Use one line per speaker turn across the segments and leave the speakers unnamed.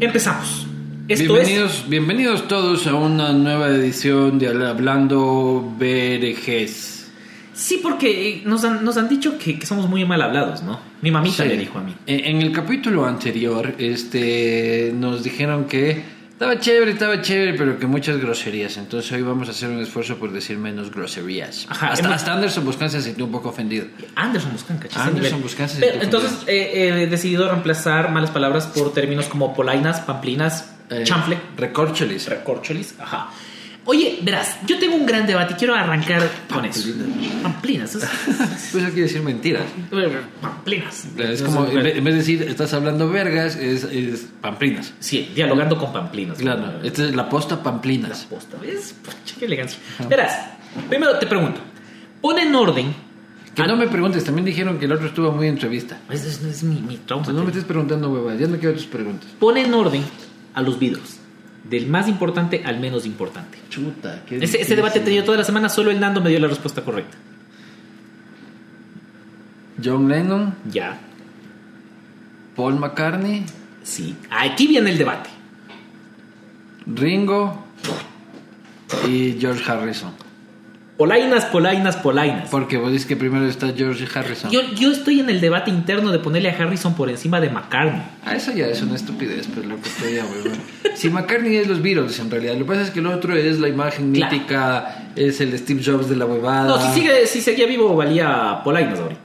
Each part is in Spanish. Empezamos. Esto
bienvenidos, bienvenidos todos a una nueva edición de Hablando Berejes.
es. Sí, porque nos han, nos han dicho que, que somos muy mal hablados, ¿no? Mi mamita
Sí.
le dijo a mí.
E- En el capítulo anterior, este, nos dijeron que estaba chévere, estaba chévere, pero que muchas groserías. Entonces hoy vamos a hacer un esfuerzo por decir menos groserías.
Ajá,
hasta,
hemos-
hasta Anderson Buscán se sintió un poco ofendido.
Anderson Buscán, ¿cachai?
Anderson
Ese nivel.
Buscán se
Pero
sintió
Entonces eh, eh, he decidido reemplazar malas palabras por términos como polainas, pamplinas,
Eh,
chanfle,
Recorcholis.
recorcholis. Ajá. Oye, verás, yo tengo un gran debate y quiero arrancar con eso. Pamplinas. es-
Pues eso quiere decir mentiras.
pamplinas.
Es como, en vez en vez de decir, estás hablando vergas, es, es pamplinas.
Sí, dialogando con pamplinas.
Claro, esta es la posta pamplinas.
Posta, ¿ves? Pucha, qué elegancia. Verás, primero te pregunto, pon en orden.
Que Ah, no me preguntes, también dijeron que el otro estuvo muy entrevista.
Es, es, es mi, mi trauma.
Entonces, no me estés preguntando, huevas, ya no quiero tus preguntas.
Pon en orden a los vidros, del más importante al menos importante.
Chuta, qué
Ese, ese debate he tenido toda la semana, solo el Nando me dio la respuesta correcta.
John Lennon,
Ya,
Paul McCartney,
sí. Aquí viene el debate.
Ringo y George Harrison.
Polainas, polainas, polainas.
Porque vos dices que primero está George Harrison.
Yo, yo estoy en el debate interno de ponerle a Harrison por encima de McCartney.
Ah, eso ya es una estupidez, pero lo que estoy ya, huevón. Si McCartney es los Beatles, en realidad. Lo que pasa es que el otro es la imagen
Claro.
mítica, es el Steve Jobs de la huevada.
No, si, sigue, si seguía vivo valía polainas ahorita.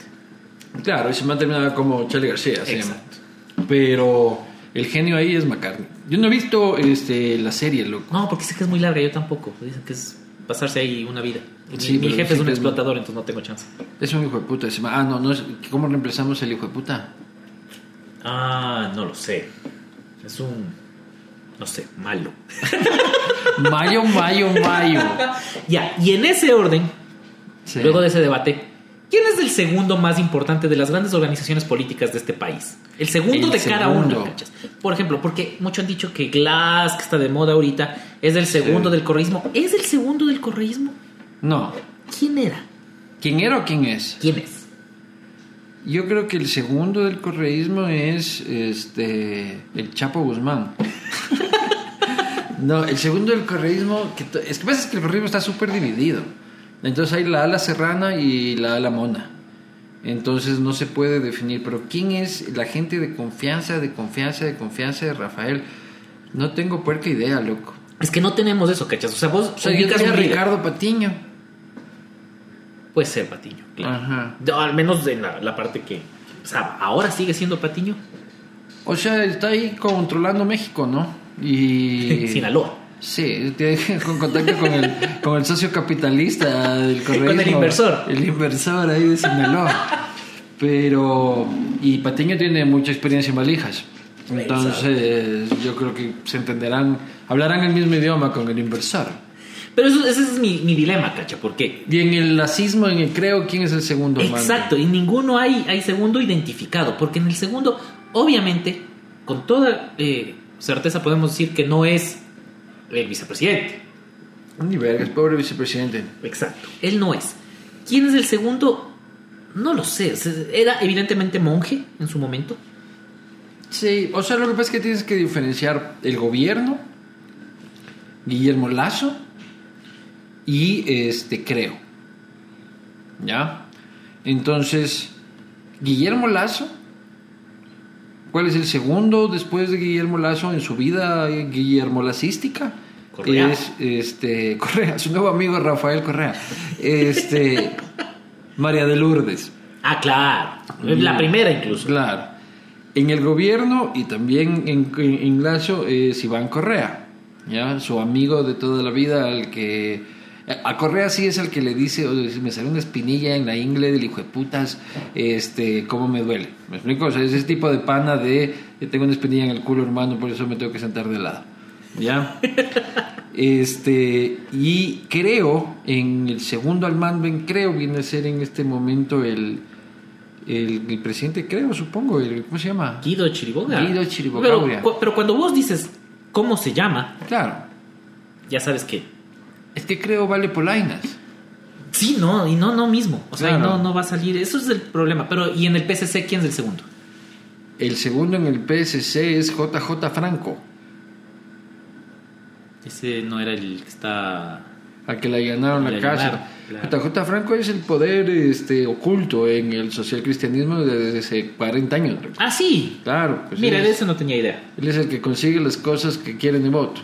Claro, y se me ha terminado como Charlie García. se llama.
Exacto.
Pero el genio ahí es McCartney. Yo no he visto este, la serie, loco.
No, porque sé que es muy larga, yo tampoco. Dicen que es pasarse ahí una vida. Mi,
Sí,
mi
pero
jefe es
sí
un
que es-
explotador, entonces no tengo chance.
Es un hijo de puta. se llama- Ah, no, no es- ¿Cómo reemplazamos el hijo de puta?
Ah, no lo sé. Es un. No sé, malo.
Mayo, mayo, mayo.
ya, y en ese orden,
Sí.
luego de ese debate, ¿quién es el segundo más importante de las grandes organizaciones políticas de este país? El segundo
El
de cada uno,
segundo.
¿cachas? Por ejemplo, porque muchos han dicho que Glass, que está de moda ahorita, es el segundo
Sí.
del correísmo. ¿Es el segundo del correísmo?
No.
¿Quién era?
¿Quién era o quién es?
¿Quién es?
Yo creo que el segundo del correísmo es este el Chapo Guzmán. no, el segundo del correísmo, que to- es que pasa es que el correísmo está súper dividido. Entonces hay la ala serrana y la ala mona. Entonces no se puede definir, pero ¿quién es la gente de confianza, de confianza, de confianza de Rafael? No tengo puerca idea, loco.
Es que no tenemos eso, ¿cachas? O sea, vos
O sea, yo
ubicas
diría
un líder.
Ricardo Patiño.
Puede ser Patiño, claro.
Ajá.
No, al menos de la, la parte que. O sea, ahora sigue siendo Patiño.
O sea, está ahí controlando México, ¿no? Y
Sinaloa.
Sí, tiene- con contacto con el, con el socio capitalista del correo.
Con el inversor.
El inversor ahí de Sinaloa. Pero. Y Patiño tiene mucha experiencia en valijas. Entonces, yo creo que se entenderán, hablarán el mismo idioma con el inversor.
Pero eso, ese es mi, mi dilema, cacha, porque.
Y en el nazismo, en el creo, ¿quién es el segundo al mando?
Exacto, y ninguno hay, hay segundo identificado, porque en el segundo, obviamente, con toda eh, certeza podemos decir que no es el vicepresidente.
Ni vergas, pobre vicepresidente.
Exacto. Él no es. ¿Quién es el segundo? No lo sé. se- Era evidentemente monje en su momento.
Sí, o sea, lo que pasa es que tienes que diferenciar el gobierno, Guillermo Lazo y este creo. ¿Ya? Entonces, Guillermo Lazo, ¿cuál es el segundo después de Guillermo Lazo en su vida eh, Guillermo Lacística?
Correa.
Es este Correa, su nuevo amigo Rafael Correa. Este María de Lourdes.
Ah, claro. La
Mm.
primera incluso.
Claro. En el gobierno y también en, en, en Lazo es Iván Correa, ¿ya? su amigo de toda la vida, al que... A Correa sí es el que le dice, "Oye, si me sale una espinilla en la ingle del hijo de putas, este, cómo me duele. ¿Me explico? O sea, es ese tipo de pana de, "Yo tengo una espinilla en el culo, hermano, por eso me tengo que sentar de lado. ¿Ya? Este, y creo, en el segundo al mando, en creo, viene a ser en este momento el, el, el presidente, creo, supongo, el, ¿cómo se llama?
Guido Chiriboga.
Guido Chiribogauria.
Pero, cu- pero cuando vos dices cómo se llama,
Claro,
ya sabes que
es que creo vale polainas.
sí, no, y no, no mismo. O sea, y
Claro.
no, no va a salir. Eso es el problema. Pero, ¿y en el PCC quién es el segundo?
El segundo en el PSC es JJ Franco,
Ese no era el que está.
a que le ganaron la
Le
casa.
ganaron,
JJ Franco es el poder este, oculto en el socialcristianismo desde hace 40 años. pues.
Ah, sí.
Claro, pues
Mira,
él
de
es,
eso no tenía idea.
él es el que consigue las cosas que quieren de voto.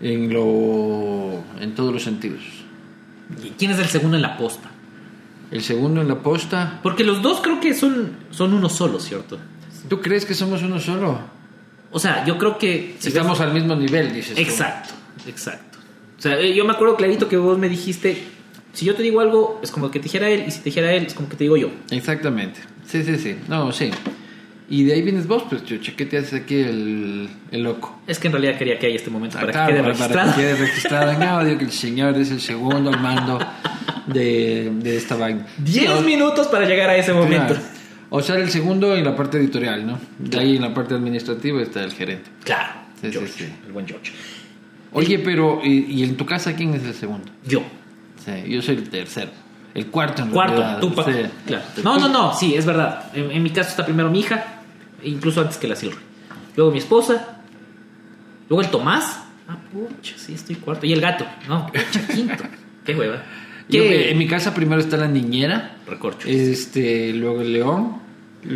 En, lo, en todos los sentidos.
¿Y ¿Quién es el segundo en la posta?
El segundo en la posta.
Porque los dos creo que son, son uno solo, ¿cierto?
¿Tú crees que somos uno solo?
O sea, yo creo que. si
Estamos al mismo nivel, dices. tú.
Exacto, exacto. O sea, eh, yo me acuerdo clarito que vos me dijiste, si yo te digo algo, es como que te dijera él, y si te dijera él, es como que te digo yo.
Exactamente. Sí, sí, sí. No, sí. Y de ahí vienes vos, pues, chucha, ¿qué te haces aquí el, el loco?
Es que en realidad quería que haya este momento para
Acá,
que quede
para- para
registrado.
que quede registrado en audio que el señor es el segundo al mando de, de esta vaina. Sí,
Diez
o-
minutos para llegar a ese momento.
claro. O sea, el segundo en la parte editorial, ¿no? De ahí en la parte administrativa está el gerente.
Claro,
Sí, sí,
George,
sí.
el buen George.
Oye, pero, ¿y, y en tu casa quién es el segundo?
Yo,
Sí, yo soy el tercero. El cuarto en
cuarto,
realidad.
tú, pa-
sí.
claro. No, no, no, sí, es verdad. En, en mi caso está primero mi hija, e incluso antes que la Silvia. Luego mi esposa, luego el Tomás. Ah, pucha, sí, estoy cuarto. Y el gato, no, pucha, quinto. Qué hueva.
Yo,
Qué
en mi casa primero está la niñera.
recorcho.
Este, luego el León,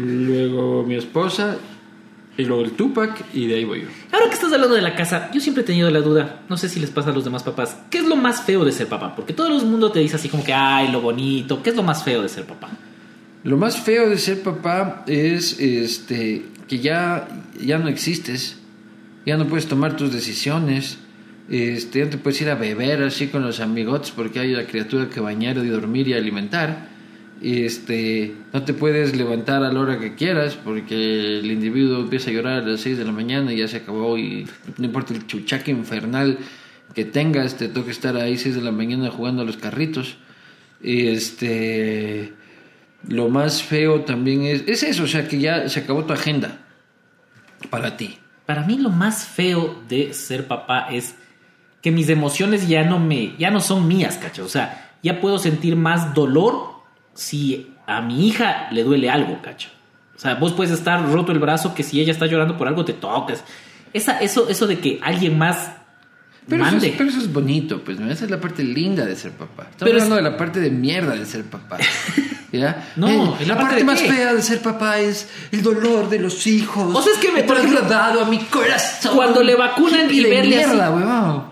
luego mi esposa, y luego el Tupac, y de ahí voy yo.
Ahora que estás hablando de la casa, yo siempre he tenido la duda, no sé si les pasa a los demás papás, ¿qué es lo más feo de ser papá? Porque todo el mundo te dice así como que, ay, lo bonito, ¿qué es lo más feo de ser papá?
Lo más feo de ser papá es este que ya, ya no existes, ya no puedes tomar tus decisiones, este, ya no te puedes ir a beber así con los amigotes porque hay una criatura que bañar y dormir y alimentar. Este, no te puedes levantar a la hora que quieras porque el individuo empieza a llorar a las 6 de la mañana y ya se acabó y no importa el chuchaque infernal que tengas, te toca estar ahí 6 de la mañana jugando a los carritos. Este, lo más feo también es, es eso, o sea, que ya se acabó tu agenda para ti.
Para mí lo más feo de ser papá es que mis emociones ya no me, ya no son mías, cacho. O sea, ya puedo sentir más dolor si a mi hija le duele algo, cacho. O sea, vos puedes estar roto el brazo que si ella está llorando por algo te tocas. Esa, eso, eso de que alguien más
Pero eso,
mande.
es, pero eso es bonito, pues, ¿no? Esa es la parte linda de ser papá. Estamos
Pero es-
hablando de la parte de mierda de ser papá. ¿Ya? Eh,
No, ¿es la parte
la, parte,
de
más
qué?
fea de ser papá es el dolor de los hijos.
O sea, es que me- por ejemplo,
trasladado a mi corazón.
cuando le vacunan
Hippie
y
de
verle así.
mierda, huevón.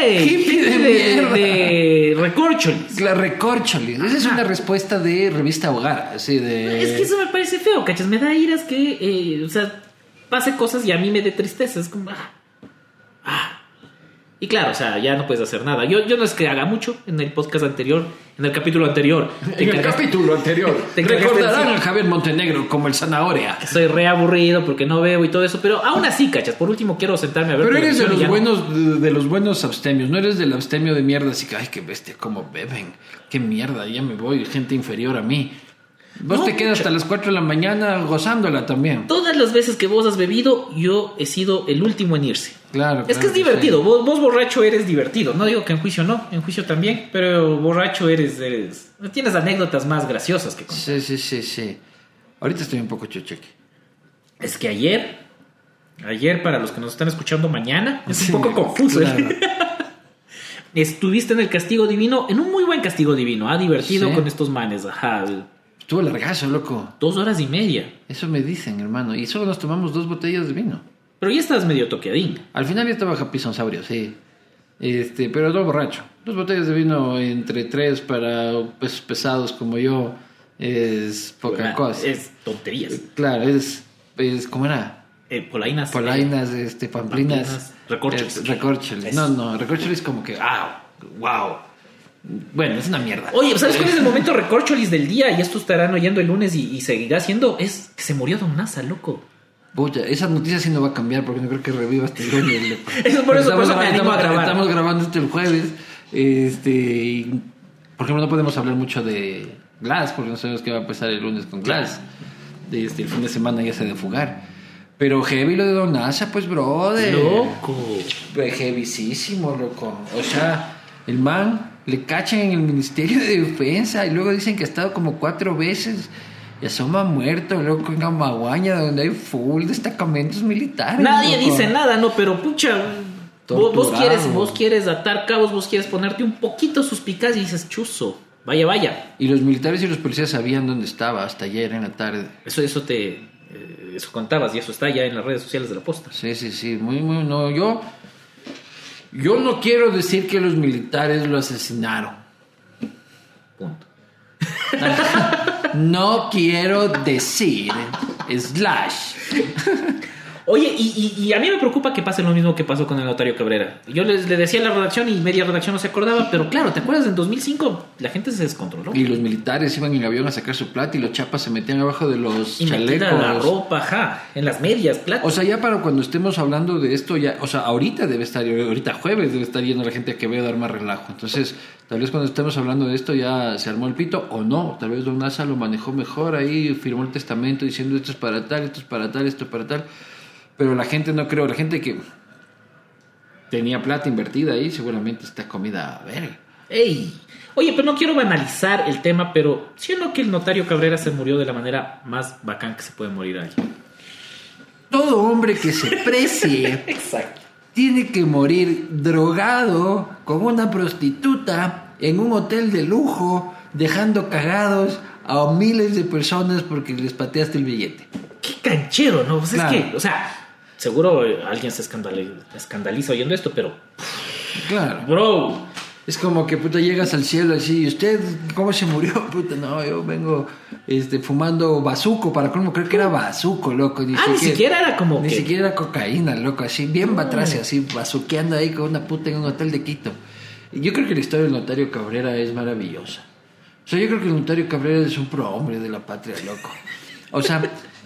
¡Ey!
Hippie de
de,
mierda.
de recorcholis.
La recorcholis. Esa es
Ajá.
una respuesta de revista Hogar, así de...
Es que eso me parece feo, cachas. Me da iras que, eh, o sea, pase cosas y a mí me dé tristeza. Es como, ah, ah. Y claro, o sea, ya no puedes hacer nada. Yo, yo no es que haga mucho en el podcast anterior, en el capítulo anterior. te
En el
encargaste-
capítulo anterior,
Te encargaste
recordarán
encima.
a Javier Montenegro como el zanahoria.
que Soy re aburrido porque no bebo y todo eso, pero aún así, cachas. Por último, quiero sentarme a ver.
Pero eres de
televisión y
los
ya no-
buenos, de, de los buenos abstemios, no eres del abstemio de mierda, así que ay qué bestia, cómo beben, qué mierda, ya me voy, gente inferior a mí. Vos
No,
te quedas
pucha.
hasta las 4 de la mañana gozándola también.
Todas las veces que vos has bebido, yo he sido el último en irse.
Claro.
Es que es
claro
divertido,
Ah, sí.
vos, vos borracho eres divertido, no digo que en juicio no, en juicio también, pero borracho eres, eres... Tienes anécdotas más graciosas que contar.
Sí, sí, sí, sí. Ahorita estoy un poco chucheque.
Es que ayer, ayer para los que nos están escuchando mañana, es un poco confuso. ¿eh?
Claro.
Estuviste en el castigo divino, en un muy buen castigo divino, ah, divertido
Sí.
con estos manes, ajá,
Estuvo largazo, loco.
dos horas y media,
Eso me dicen, hermano. Y solo nos tomamos dos botellas de vino.
pero ya estás medio toqueadín.
Al final ya estaba Happy Sonsaurio, sí. Este, pero todo borracho. Dos botellas de vino entre tres para pesos pesados como yo es poca
¿verdad?
cosa.
Pues, Es tonterías.
Claro, es, es ¿cómo era?
Eh, polainas.
Polainas, este, pamplinas.
pamplinas, recorcholis.
eh, recorcholis.
Es-
No, no, recorcholis como que, ah, wow. Bueno, es una mierda.
Oye, ¿sabes cuál es
Eh.
el momento recorcholis del día? Y esto estarán oyendo el lunes y, y seguirá siendo. Es que se murió Don NASA, loco.
Pucha, esa noticia sí no va a cambiar porque no creo que reviva hasta el lunes. loco.
Eso por eso- por eso me animo a grabar.
Estamos grabando este el jueves. Este, y, por ejemplo, no podemos hablar mucho de Glass porque no sabemos qué va a pasar el lunes con Glass. Este, el fin de semana ya se ha de fugar. Pero heavy lo de Don Asha, pues, brother.
Loco.
Pues, Heavycísimo, loco. O sea, el man le cachan en el Ministerio de Defensa y luego dicen que ha estado como cuatro veces Y asoma muerto, loco, en Gamaguaña, donde hay full destacamentos militares.
Nadie
loco.
dice nada, no, pero pucha. Vos, vos
Torturado.
quieres, vos quieres atar cabos, vos quieres ponerte un poquito suspicaz y dices, chuzo, vaya, vaya.
Y los militares y los policías sabían dónde estaba hasta ayer en la tarde.
Eso, eso te. eh, Eso contabas y eso está ya en las redes sociales de la posta.
Sí, sí, sí, muy, muy, no, yo, yo no quiero decir que los militares lo asesinaron.
Punto.
No quiero decir, eh, slash.
Oye, y, y- y a mí me preocupa que pase lo mismo que pasó con el notario Cabrera. Yo les, le decía a la redacción y media redacción no se acordaba, pero claro, ¿te acuerdas? En 2005 la gente se descontroló.
Y los militares iban en el avión a sacar su plata y los chapas se metían abajo de los
Y metida la
chalecos.
ropa, ajá, en las medias, plata.
O sea, ya para cuando estemos hablando de esto, ya, o sea, ahorita debe estar, ahorita jueves debe estar yendo la gente a que vea dar más relajo. Entonces, tal vez cuando estemos hablando de esto ya se armó el pito o no. Tal vez Don Nasa lo manejó mejor ahí, firmó el testamento diciendo esto es para tal, esto es para tal, esto es para tal. Pero la gente no creo, la gente que tenía plata invertida ahí seguramente está comida a ver.
Ey. Oye, pero no quiero banalizar el tema, pero ¿sí o no que el notario Cabrera se murió de la manera más bacán que se puede morir alguien?
Todo hombre que se precie
Exacto.
tiene que morir drogado con una prostituta en un hotel de lujo, dejando cagados a miles de personas porque les pateaste el billete.
Qué canchero, ¿no? Pues
Claro.
es que, o sea, seguro eh, alguien se escandali- escandaliza oyendo esto, pero,
Claro.
bro,
Es como que puta llegas al cielo así, ¿y usted cómo se murió? Puta, no, yo vengo este, fumando bazuco, para colmo, creo que era bazuco, loco. Ni
Ah, ni siquiera era como
Ni
que-
siquiera era cocaína, loco, así, bien batrace, así, bazuqueando ahí con una puta en un hotel de Quito. Yo creo que la historia del notario Cabrera es maravillosa. O sea, yo creo que el notario Cabrera es un prohombre de la patria, loco. O sea,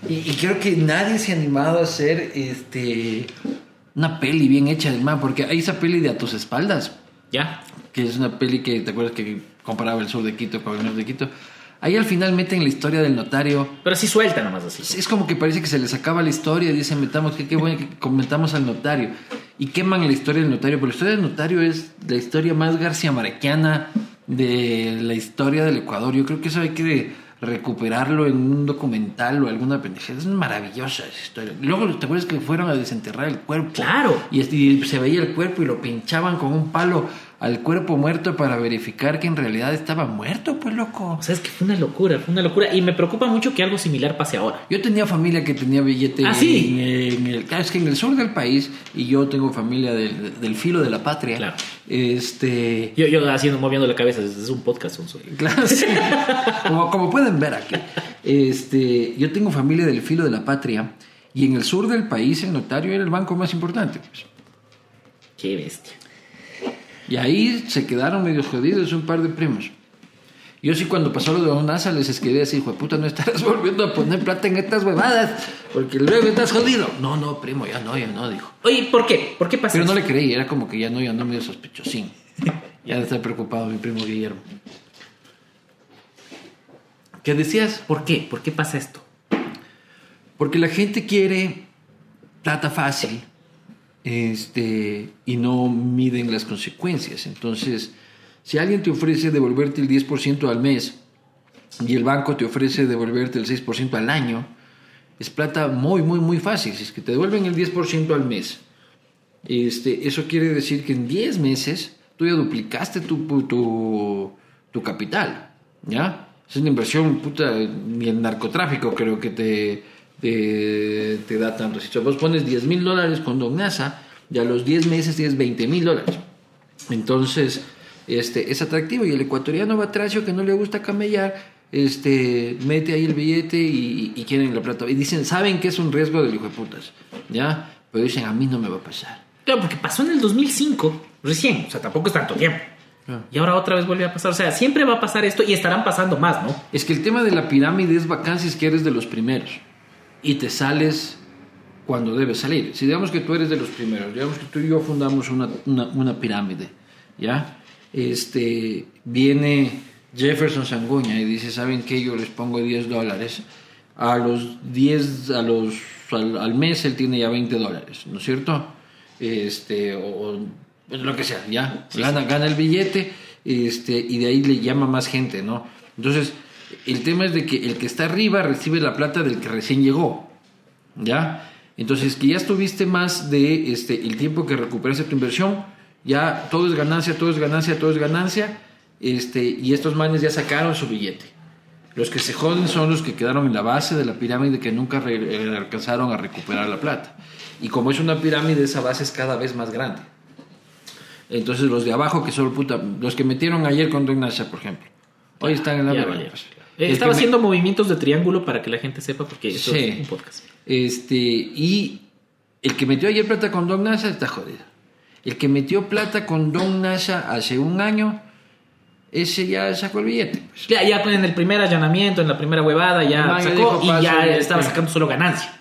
y, y creo que nadie se ha animado a hacer este una peli bien hecha del man, porque hay esa peli de a tus espaldas
ya.
que es una peli que te acuerdas que comparaba el sur de Quito con el norte de Quito. Ahí al final meten la historia del notario.
Pero sí suelta nomás así.
Es como que parece que se les acaba la historia y dicen, metamos, que qué bueno que comentamos al notario. Y queman la historia del notario, pero la historia del notario es la historia más García Maraquiana de la historia del Ecuador. Yo creo que eso hay que recuperarlo en un documental o alguna pendejada. Es maravillosa esa historia. Luego, ¿te acuerdas que fueron a desenterrar el cuerpo?
Claro.
Y, este- y se veía el cuerpo y lo pinchaban con un palo al cuerpo muerto para verificar que en realidad estaba muerto, pues loco.
O sea, es que fue una locura, fue una locura. Y me preocupa mucho que algo similar pase ahora.
Yo tenía familia que tenía billete
¿Ah, sí?
en, en el claro, es que en el sur del país y yo tengo familia del, del filo de la patria.
Claro.
Este
Yo, yo haciendo, moviendo la cabeza, es es un podcast, un sonido.
claro, sí. como, como pueden ver aquí. Este, yo tengo familia del filo de la patria y en el sur del país el notario era el banco más importante. pues.
Qué bestia.
Y ahí se quedaron medio jodidos un par de primos. Yo sí cuando pasó lo de un NASA les escribí así, hijo de puta, no estarás volviendo a poner plata en estas huevadas, porque luego estás jodido. No, no, primo, ya no, ya no, dijo.
Oye, ¿por qué? ¿Por qué pasa
Pero no
eso?
le creí, era como que ya no, ya no medio sospechosín. Ya está preocupado mi primo Guillermo. ¿Qué decías?
¿Por qué? ¿Por qué pasa esto?
Porque la gente quiere plata fácil este, y no miden las consecuencias. Entonces, si alguien te ofrece devolverte el 10% al mes y el banco te ofrece devolverte el 6% al año, es plata muy, muy, muy fácil. Si es que te devuelven el 10% al mes, este, eso quiere decir que en 10 meses tú ya duplicaste tu, pu- tu, tu capital, ¿ya? Es una inversión, puta, ni el narcotráfico creo que te, te, te da tanto. Si vos pones 10 mil dólares con Don NASA, ya a los 10 meses tienes 20 mil dólares. Entonces, este, es atractivo. Y el ecuatoriano batracio que no le gusta camellar, este, mete ahí el billete y, y quieren la plata. Y dicen, saben que es un riesgo del hijo de putas, ¿ya? Pero dicen, a mí no me va a pasar.
Claro, porque pasó en el 2005, recién, o sea, tampoco es tanto tiempo.
Ah.
Y ahora otra vez vuelve a pasar, o sea, siempre va a pasar esto y estarán pasando más, ¿no?
Es que el tema de la pirámide es vacancias que eres de los primeros y te sales cuando debes salir. Si digamos que tú eres de los primeros, digamos que tú y yo fundamos una, una- una pirámide, ¿ya? Este, viene Jefferson Sanguña y dice, ¿saben qué? Yo les pongo 10 dólares. A los 10, a los, al, al mes él tiene ya 20 dólares, ¿no es cierto? Este, o, o lo que sea, ¿ya? gana, gana el billete este, y de ahí le llama más gente, ¿no? Entonces, El tema es de que el que está arriba recibe la plata del que recién llegó. ¿Ya? Entonces, que ya estuviste más de este, el tiempo que recuperaste tu inversión, ya todo es ganancia, todo es ganancia, todo es ganancia, este, y estos manes ya sacaron su billete. Los que se joden son los que quedaron en la base de la pirámide que nunca re- eh, alcanzaron a recuperar la plata. Y como es una pirámide, esa base es cada vez más grande. Entonces los de abajo que solo puta, los que metieron ayer con Don Nasha, por ejemplo, hoy están en la
Ya
verga,
valieron.
pues.
Eh,
El
estaba
que me-
haciendo movimientos de triángulo para que la gente sepa porque esto
Sí.
es un podcast.
Este, y el que metió ayer plata con Don Nasha está jodido. El que metió plata con Don Nasha hace un año, ese ya sacó el billete. pues.
Ya, ya en el primer allanamiento, en la primera huevada, ya
Man, ya
sacó
dijo,
y
paso,
ya
ya
estaba
está.
sacando solo ganancia.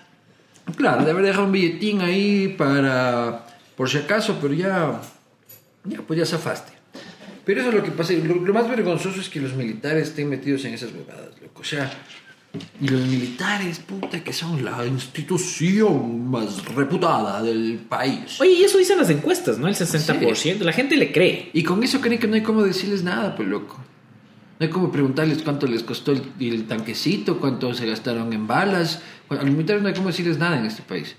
Claro, de haber dejado un billetín ahí para, por si acaso, pero ya, ya pues ya zafaste. Pero eso es lo que pasa. y Lo, lo más vergonzoso es que los militares estén metidos en esas huevadas, loco. O sea, y los militares, puta, que son la institución más reputada del país.
Oye, y eso dicen las encuestas, ¿no? El 60%. La gente le cree.
Y con eso creen que no hay cómo decirles nada, pues loco. No hay como preguntarles cuánto les costó el, el tanquecito, cuánto se gastaron en balas. Bueno, a los militares no hay cómo decirles nada en este país.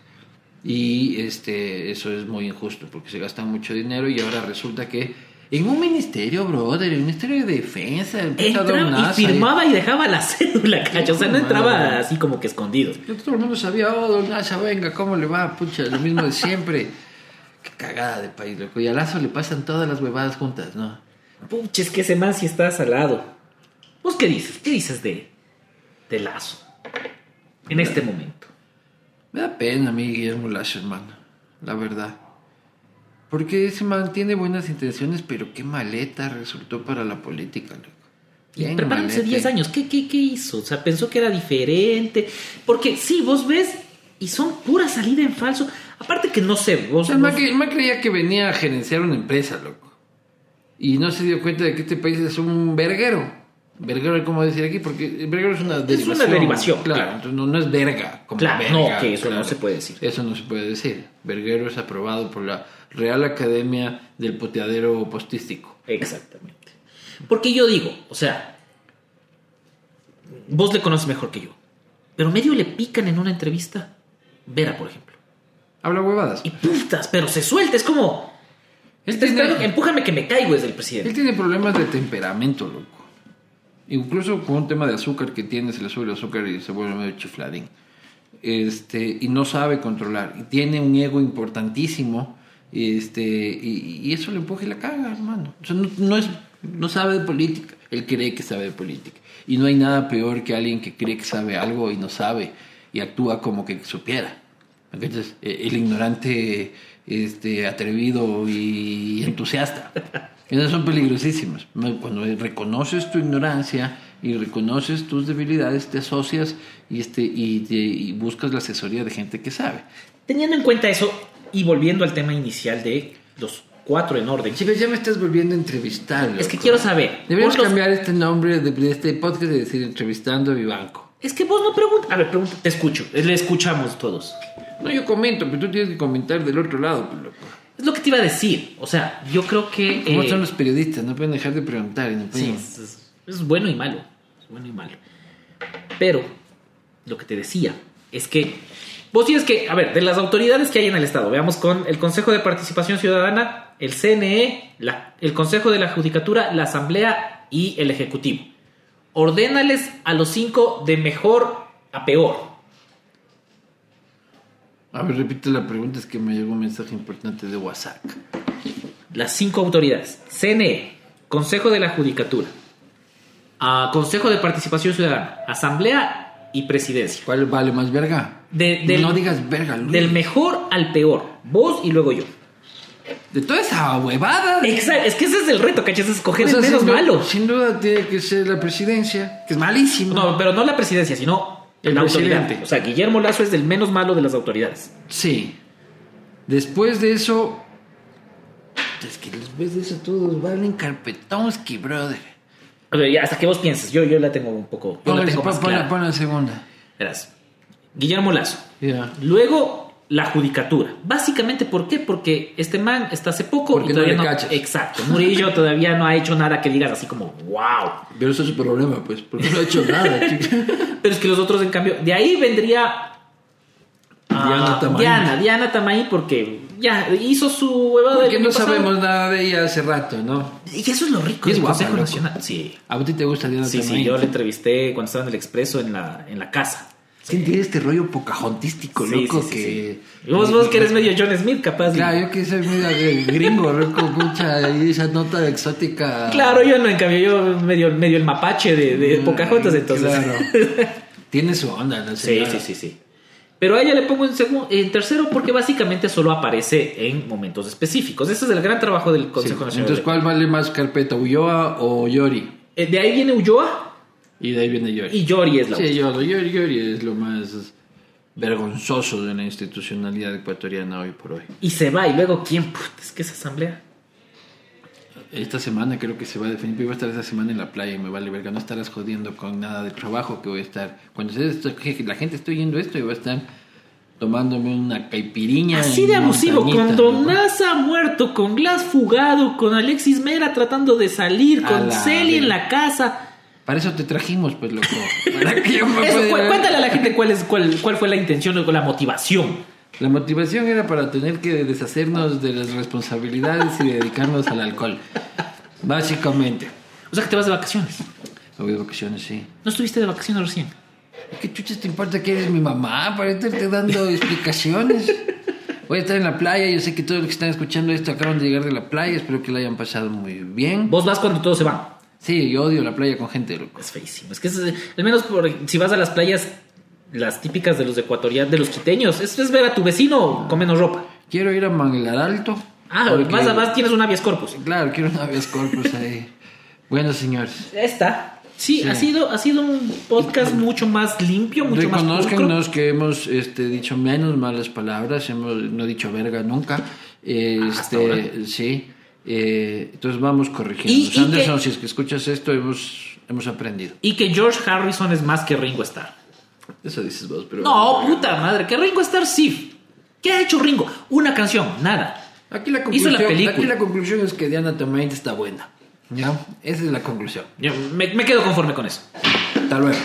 Y este, eso es muy injusto porque se gastan mucho dinero y ahora resulta que en un ministerio, brother, el ministerio de defensa, el puta don
Entraba y
Nasa, eh.
firmaba y dejaba la cédula, cacho. O sea, no entraba
Madre.
así como que escondido.
eh, Todo el mundo sabía, oh, don Nasa, venga, ¿cómo le va? Pucha, lo mismo de siempre. Qué cagada de país, loco. Y a Lazo le pasan todas las huevadas juntas, ¿no?
Pucha, es que ese man sí está salado. ¿Vos qué dices? ¿Qué dices de, de Lazo? En este momento.
Me da pena a mí Guillermo Lash, hermano. La verdad. Porque ese man tiene buenas intenciones, pero qué maleta resultó para la política, loco.
Y
Bien
preparándose
maleta.
10 años, ¿qué, qué, ¿qué hizo? O sea, pensó que era diferente. Porque sí, vos ves y son pura salida en falso. Aparte que no sé,
O
vos...
sea, el man,
vos-
cre- el man creía que venía a gerenciar una empresa, loco. Y no se dio cuenta de que este país es un verguero. Verguero, ¿cómo decir aquí? Porque el verguero es una derivación.
derivación,
Claro,
claro.
entonces no, no es verga. Como
Claro,
verga,
no, que eso
claro.
no se puede decir.
Eso no se puede decir. Verguero es aprobado por la Real Academia del Poteadero Postístico.
Exactamente. Porque yo digo, o sea, vos le conoces mejor que yo. Pero medio le pican en una entrevista. Vera, por ejemplo.
Habla huevadas.
Y putas, pero se suelta. Es como...
Él
"Estás esperando que
tiene,
empújame que me caigo, es el
él
presidente.
tiene problemas de temperamento, loco. Incluso con un tema de azúcar que tiene, se le sube el azúcar y se vuelve medio chifladín. Este, y no sabe controlar. Y tiene un ego importantísimo. Este, y, y eso le empuja y la caga, hermano. O sea, no, no es, no sabe de política. Él cree que sabe de política. Y no hay nada peor que alguien que cree que sabe algo y no sabe. Y actúa como que supiera. Entonces, eh, el ignorante, este, atrevido y entusiasta. Esos son peligrosísimos. Cuando reconoces tu ignorancia y reconoces tus debilidades, te asocias y, este, y, te- y buscas la asesoría de gente que sabe.
Teniendo en cuenta eso y volviendo al tema inicial de los cuatro en orden.
Si ves, ya me estás volviendo a entrevistar.
Es que
loco.
quiero saber.
Deberíamos
vos los-
cambiar este nombre de, de este podcast y decir entrevistando a Vivanco.
Es que vos no preguntas. A ver, pregunta. Te escucho. Le escuchamos todos.
No, yo comento, pero tú tienes que comentar del otro lado, pues, loco.
Es lo que te iba a decir. O sea, yo creo que.
¿Cómo
eh,
son los periodistas? No pueden dejar de preguntar. y no
sí,
pueden-
es, es- es bueno y malo. Es bueno y malo. Pero, lo que te decía es que. Vos tienes que. A ver, de las autoridades que hay en el Estado. Veamos con el Consejo de Participación Ciudadana, el CNE, la- el Consejo de la Judicatura, la Asamblea y el Ejecutivo. Ordénales a los cinco de mejor a peor.
A ver, repite la pregunta, es que me llegó un mensaje importante de WhatsApp.
las cinco autoridades. CNE, Consejo de la Judicatura, ah, Consejo de Participación Ciudadana, Asamblea y Presidencia.
¿Cuál vale más verga?
De- Eh, del-
no digas verga, Luis.
Del mejor al peor, vos y luego yo.
De toda esa huevada.
Exacto, es que ese es el reto, ¿cachas? Pues Es escoger
O sea,
el menos
sin duda-
malo.
Sin duda tiene que ser la presidencia, que es malísimo.
No, pero no la presidencia, sino
El
la autoridad.
presidente.
O sea, Guillermo Lazo es el menos malo de las autoridades.
Sí. Después de eso. Es que después de eso todos valen carpetonsky, brother.
A ver, ya, hasta que vos pienses, yo, yo la tengo un poco. Yo la
Póngale,
tengo
pon,
más
pon la-
clara.
pon la segunda.
Verás. Guillermo Lazo.
Ya.
Luego, la judicatura. Básicamente, ¿por qué? Porque este man está hace poco
Porque
y
no
todavía no,
le cachas.
Exacto. Murillo todavía no ha hecho nada que digas así como, wow.
Pero eso es su problema, pues, porque no ha hecho nada, chica.
Pero es que los otros, en cambio, de ahí vendría. ah,
Diana Tamayo.
Diana, Diana Tamayo, porque ya hizo su huevada
Porque
del año
no
pasado.
sabemos nada de ella hace rato, ¿no?
Y eso es lo rico
Y es
del
guapa,
Consejo
loco.
Nacional. Sí.
¿A ti te gusta Diana
Sí, sí,
Tamayo?
yo la entrevisté cuando estaba en el expreso en la, en la casa.
Sí, tiene este rollo pocajontístico,
Sí,
loco,
sí, sí,
que...
sí. Vos, vos que eres medio John Smith, capaz.
Claro, yo que soy medio eh, gringo, loco, mucha, y esa nota exótica...
Claro, yo no, en cambio, yo medio, medio el mapache de, de Pocahontas, entonces.
Mm, Claro. Tiene su onda, ¿no?
Sí, sí, sí, sí. Pero a ella le pongo en, segun- en tercero porque básicamente solo aparece en momentos específicos. Ese es el gran trabajo del Consejo Nacional.
Entonces, ¿cuál vale más carpeta, Ulloa o Yori?
Eh, De ahí viene Ulloa
Y de ahí viene Yori.
y Yori es la
Sí, Yori, Yori, Yori es lo más vergonzoso de la institucionalidad ecuatoriana hoy por hoy.
Y se va, y luego, ¿quién? Puta, es que esa asamblea.
Esta semana creo que se va a definir. Yo voy a estar esta semana en la playa y me vale verga. No estarás jodiendo con nada de trabajo que voy a estar. Cuando se- esto- que la gente esté oyendo esto, yo voy a estar tomándome una caipiriña.
Así
en
de abusivo, con
montañitas,
Don
loco.
Nasa muerto, con Glass fugado, con Alexis Mera tratando de salir,
A
con
la
Celi en
verga.
la casa.
Para eso te trajimos, pues, loco. Para que yo me
Eso,
pueda-
cu- cuéntale a la gente cuál, es, cuál, cuál fue la intención o la motivación.
La motivación era para tener que deshacernos de las responsabilidades y dedicarnos al alcohol. Básicamente.
O sea que te vas de vacaciones.
Voy de vacaciones, sí.
No estuviste de vacaciones recién.
¿Qué chuches te importa que eres mi mamá para estarte dando explicaciones? Voy a estar en la playa, yo sé que todos los que están escuchando esto acaban de llegar de la playa, espero que la hayan pasado muy bien.
Vos vas cuando todos se van.
Sí, yo odio la playa con gente, loco.
Es feísimo. Es que es- al menos por, si vas a las playas, las típicas de los ecuatorianos, de los quiteños, es, es ver a tu vecino con menos ropa.
Quiero ir a Manglar Alto.
Ah,
porque-
vas, a- vas- tienes un habeas corpus.
Claro, quiero una vez corpus ahí. bueno, señores.
Esta. Sí,
Sí.
Ha, sido, ha sido un podcast mucho más limpio, mucho más pulcro.
Reconozcanos que hemos este, dicho menos malas palabras, hemos, no he dicho verga nunca. eh,
hasta
Este, sí. eh, entonces vamos
Y-
corrigiendo.
y
Anderson,
que-
si es que escuchas esto, hemos, hemos aprendido.
Y que George Harrison es más que Ringo Starr.
Eso dices vos, pero.
No, puta madre, que Ringo Starr sí. ¿Qué ha hecho Ringo? Una canción, nada.
Aquí la,
Hizo
conclusión,
la película.
aquí la conclusión es que Diana Tomain está buena. ¿Ya? Esa es la conclusión.
Yo me- me quedo conforme con eso.
Hasta luego.